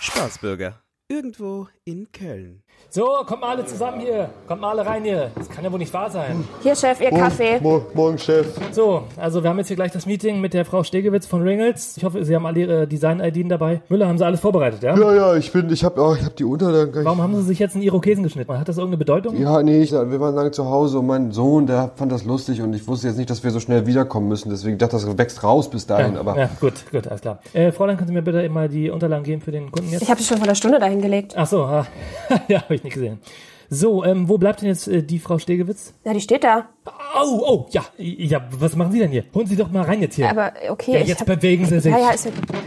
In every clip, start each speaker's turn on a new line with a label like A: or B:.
A: Staatsbürger. Irgendwo in Köln.
B: So, kommt mal alle zusammen hier. Kommt mal alle rein hier. Das kann ja wohl nicht wahr sein.
C: Hier, Chef,
B: Oh.
C: Ihr Kaffee.
D: Mo morgen, Chef.
B: So, also wir haben jetzt hier gleich das Meeting mit der Frau Stegewitz von Ringels. Ich hoffe, Sie haben alle Ihre Design-IDen dabei. Müller, haben Sie alles vorbereitet, ja?
D: Ja, ja, ich bin, ich hab, oh, ich hab die Unterlagen gar nicht.
B: Warum haben Sie sich jetzt einen Irokesen geschnitten? Hat das irgendeine Bedeutung?
D: Ja, nee, ich, wir waren lange zu Hause und mein Sohn, der fand das lustig und ich wusste jetzt nicht, dass wir so schnell wiederkommen müssen. Deswegen dachte ich, das wächst raus bis dahin, aber.
B: Ja, gut, gut, alles klar. Äh, Fräulein, können Sie mir bitte eben mal die Unterlagen geben für den Kunden jetzt?
C: Ich habe sie schon vor einer Stunde dahin gelegt.
B: Ach so, ah, ja, habe ich nicht gesehen. So, ähm, wo bleibt denn jetzt äh, die Frau Stegewitz?
C: Ja, die steht da.
B: Oh, oh, ja, ja, was machen Sie denn hier? Holen Sie doch mal rein jetzt hier.
C: Aber okay.
B: ja,
C: ich
B: jetzt
C: hab-
B: bewegen Sie sich.
C: Ja, ja, ist okay.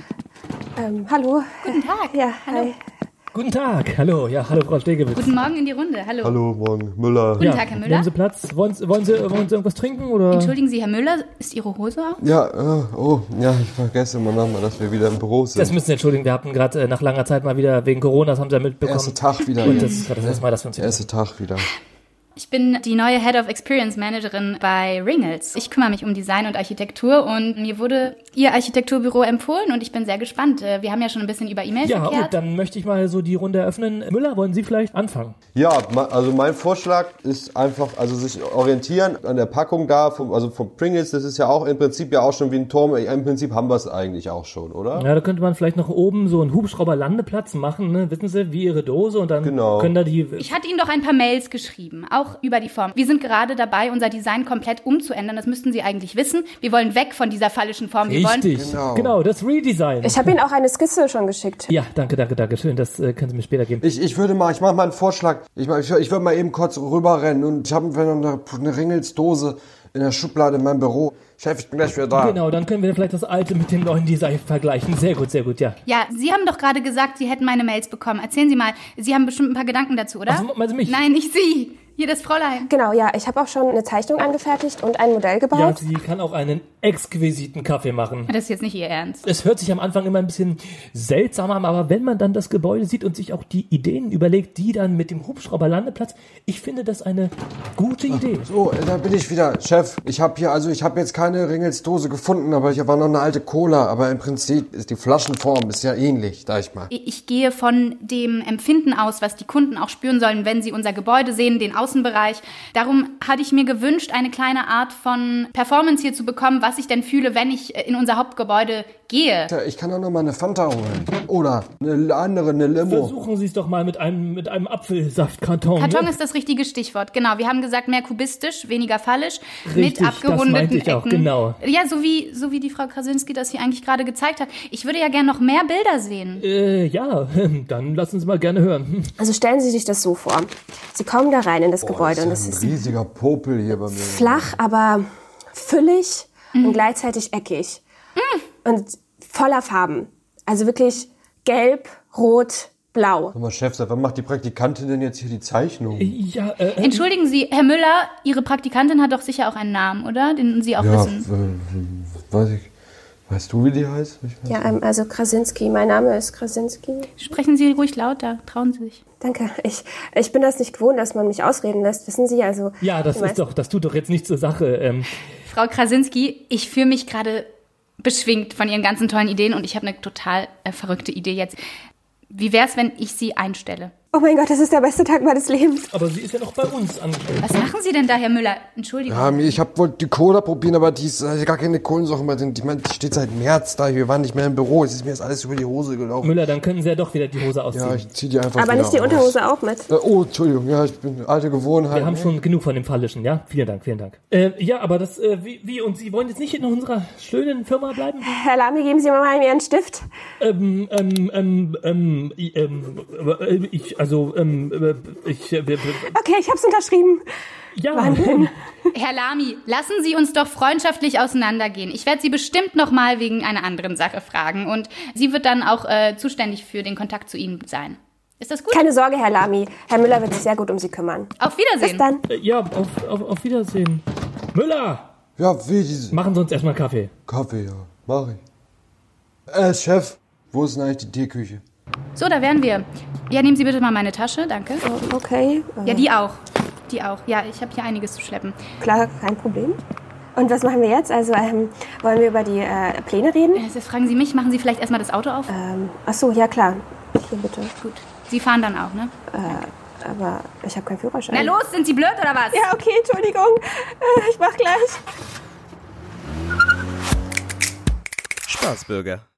C: Ähm, hallo.
E: Guten Tag.
C: Ja, hi.
B: Guten Tag, hallo, ja, hallo Frau Stegewitz.
E: Guten Morgen in die Runde. Hallo.
D: Hallo, morgen, Müller.
B: ja,
E: Tag, Herr Müller.
B: Nehmen Sie Platz. Wollen, Sie- wollen, Sie, wollen Sie irgendwas trinken oder?
E: Entschuldigen Sie, Herr Müller, ist Ihre Hose auf?
D: Ja, äh, oh, ja, ich vergesse immer nochmal, dass wir wieder im Büro sind.
B: Das müssen Sie entschuldigen, wir hatten gerade äh, nach langer Zeit mal wieder wegen Corona, das haben Sie ja
D: Erster
B: mitbekommen.
D: Tag wieder.
B: Und das war das erste Mal, dass wir uns
D: Der
B: hier
D: erste Tag wieder.
E: Ich bin die neue Head of Experience Managerin bei Ringels. Ich kümmere mich um Design und Architektur und mir wurde Ihr Architekturbüro empfohlen und ich bin sehr gespannt. Äh, Wir haben ja schon ein bisschen über E-Mail
B: Ja, und
E: verkehrt.
B: dann möchte ich mal so die Runde eröffnen. Müller, wollen Sie vielleicht anfangen?
D: Ja, ma- also mein Vorschlag ist einfach, also sich orientieren an der Packung da, vom, also vom Pringles, das ist ja auch im Prinzip ja auch schon wie ein Turm. Im Prinzip haben wir es eigentlich auch schon, oder?
B: Ja, da könnte man vielleicht noch oben so einen Hubschrauber-Landeplatz machen, ne? wissen Sie, wie Ihre Dose und dann
D: Genau.
B: können da die...
E: Ich hatte Ihnen doch ein paar Mails geschrieben, auch über die Form. Wir sind gerade dabei, unser Design komplett umzuändern. Das müssten Sie eigentlich wissen. Wir wollen weg von dieser fallischen Form. Wir wollen
B: Richtig, genau.
D: Genau.
B: das Redesign.
C: Ich habe Ihnen auch eine Skizze schon geschickt.
B: ja, danke, danke, danke, schön, das äh, können Sie mir später geben.
D: Ich, ich würde mal, ich mache mal einen Vorschlag. Ich, mach- ich, ich würde mal eben kurz rüberrennen und ich habe eine, eine Ringelsdose in der Schublade in meinem Büro. Chef, ich bin gleich wieder da.
B: Genau, dann können wir vielleicht das alte mit dem neuen Design vergleichen. Sehr gut, sehr gut, ja.
E: Ja, Sie haben doch gerade gesagt, Sie hätten meine Mails bekommen. Erzählen Sie mal, Sie haben bestimmt ein paar Gedanken dazu, oder?
B: Ach so, meinen Sie mich?
E: Nein, nicht Sie. Hier das Fräulein.
C: Genau, ja, ich habe auch schon eine Zeichnung angefertigt und ein Modell
B: Ja,
C: gebaut.
B: sie kann auch einen exquisiten Kaffee machen.
E: Das ist jetzt nicht Ihr Ernst.
B: Es hört sich am Anfang immer ein bisschen seltsam an, aber wenn man dann das Gebäude sieht und sich auch die Ideen überlegt, die dann mit dem Hubschrauberlandeplatz, ich finde das eine gute Idee.
D: So, äh, da bin ich wieder. Chef, ich habe hier, also ich habe jetzt keine Ringelsdose gefunden, aber hier war noch eine alte Cola. Aber im Prinzip ist die Flaschenform ist ja ähnlich, da ich mal.
E: Ich ich gehe von dem Empfinden aus, was die Kunden auch spüren sollen, wenn sie unser Gebäude sehen, den Außenbereich. Darum hatte ich mir gewünscht, eine kleine Art von Performance hier zu bekommen, was ich denn fühle, wenn ich äh, in unser Hauptgebäude gehe.
D: Tja, Ich kann auch noch mal eine Fanta holen. Oder eine andere, eine Limo.
B: Versuchen Sie es doch mal mit einem, mit einem Apfelsaftkarton.
E: Karton
B: ne?
E: ist das richtige Stichwort. Genau, wir haben gesagt, mehr kubistisch, weniger fallisch,
B: Richtig,
E: mit
B: das meinte
E: abgerundeten
B: ich auch,
E: Ecken.
B: genau.
E: Ja, so wie, so wie die Frau Krasinski das hier eigentlich gerade gezeigt hat. Ich würde ja gerne noch mehr Bilder sehen.
B: äh, ja, dann lassen Sie mal gerne hören.
C: Also stellen Sie sich das so vor. Sie kommen da rein in das Gebäude und
D: Das
C: es
D: ist
C: ist
D: ein riesiger Popel hier bei mir.
C: flach, aber füllig
E: Mm.
C: und gleichzeitig eckig. Und voller Farben. Also wirklich gelb, rot, blau.
D: Sag mal, Chef, seit wann macht die Praktikantin denn jetzt hier die Zeichnung?
B: Ja, äh,
E: Entschuldigen Sie, Herr Müller, Ihre Praktikantin hat doch sicher auch einen Namen, oder? Den Sie auch
D: Ja,
E: wissen.
D: äh, weiß ich. Weißt du, wie die heißt? Ich weiß.
C: Ja, ähm, also Krasinski. Mein Name ist Krasinski.
E: Sprechen Sie ruhig lauter, trauen Sie sich.
C: Danke. Ich, ich bin das nicht gewohnt, dass man mich ausreden lässt. Wissen Sie, also.
B: ja, das
C: die
B: ist
C: meisten-
B: doch, das tut doch jetzt nichts zur Sache. Ähm,
E: Frau Krasinski, ich fühle mich gerade beschwingt von Ihren ganzen tollen Ideen und ich habe eine total äh, verrückte Idee jetzt. Wie wäre es, wenn ich Sie einstelle?
C: Oh mein Gott, das ist der beste Tag meines Lebens.
B: aber sie ist ja noch bei uns angestellt.
E: Was machen Sie denn da, Herr Müller? Entschuldigung.
D: Ja, mir- ich hab wollte die Cola probieren, aber die ist also gar keine Kohlensäure mehr drin. Die, man, die steht seit März da. Wir waren nicht mehr im Büro. Es ist mir jetzt alles über die Hose gelaufen.
B: Müller, dann können Sie ja doch wieder die Hose ausziehen.
D: Ja, ich zieh die einfach
C: Aber
D: wieder
C: nicht die
D: aus.
C: Unterhose auch mit.
D: Äh, Oh, Entschuldigung, ja, ich bin alte Gewohnheit.
B: Wir haben schon genug von dem Fallischen, ja? Vielen Dank, vielen Dank. Äh, ja, aber das, äh, wie, wie, und Sie wollen jetzt nicht in unserer schönen Firma bleiben?
C: Herr Lamy, geben Sie mir mal Ihren Stift.
B: Ähm, ähm, ähm, ähm, i- ähm, äh, ich, also, ähm, äh, ich, äh, äh,
C: Okay, ich hab's unterschrieben.
B: ja,
C: Wahnsinn.
E: Herr Lamy, lassen Sie uns doch freundschaftlich auseinandergehen. Ich werde Sie bestimmt nochmal wegen einer anderen Sache fragen und sie wird dann auch äh, zuständig für den Kontakt zu Ihnen sein. Ist das gut?
C: Keine Sorge, Herr Lamy. Herr Müller wird sich sehr gut um Sie kümmern.
E: Auf
C: Bis
E: Wiedersehen.
C: dann.
B: äh, ja, auf, auf, auf Wiedersehen. Müller,
D: Ja, wie diese
B: machen Sie uns erstmal Kaffee.
D: Kaffee, ja. Mach ich. Äh, Chef, wo ist denn eigentlich die Teeküche?
E: So, da wären wir. Ja, nehmen Sie bitte mal meine Tasche, danke.
C: Okay. äh,
E: Ja, die auch. Die auch. Ja, ich habe hier einiges zu schleppen.
C: Klar, kein Problem. Und was machen wir jetzt? Also ähm, wollen wir über die äh, Pläne reden?
E: Äh, Jetzt fragen Sie mich, machen Sie vielleicht erstmal das Auto auf?
C: Ähm, ach so, ja klar. Hier bitte.
E: Gut. Sie fahren dann auch, ne?
C: Aber ich habe keinen Führerschein.
E: Na los, sind Sie blöd oder was?
C: Ja, okay, Entschuldigung. Äh, Ich mach gleich.
A: Spaßbürger.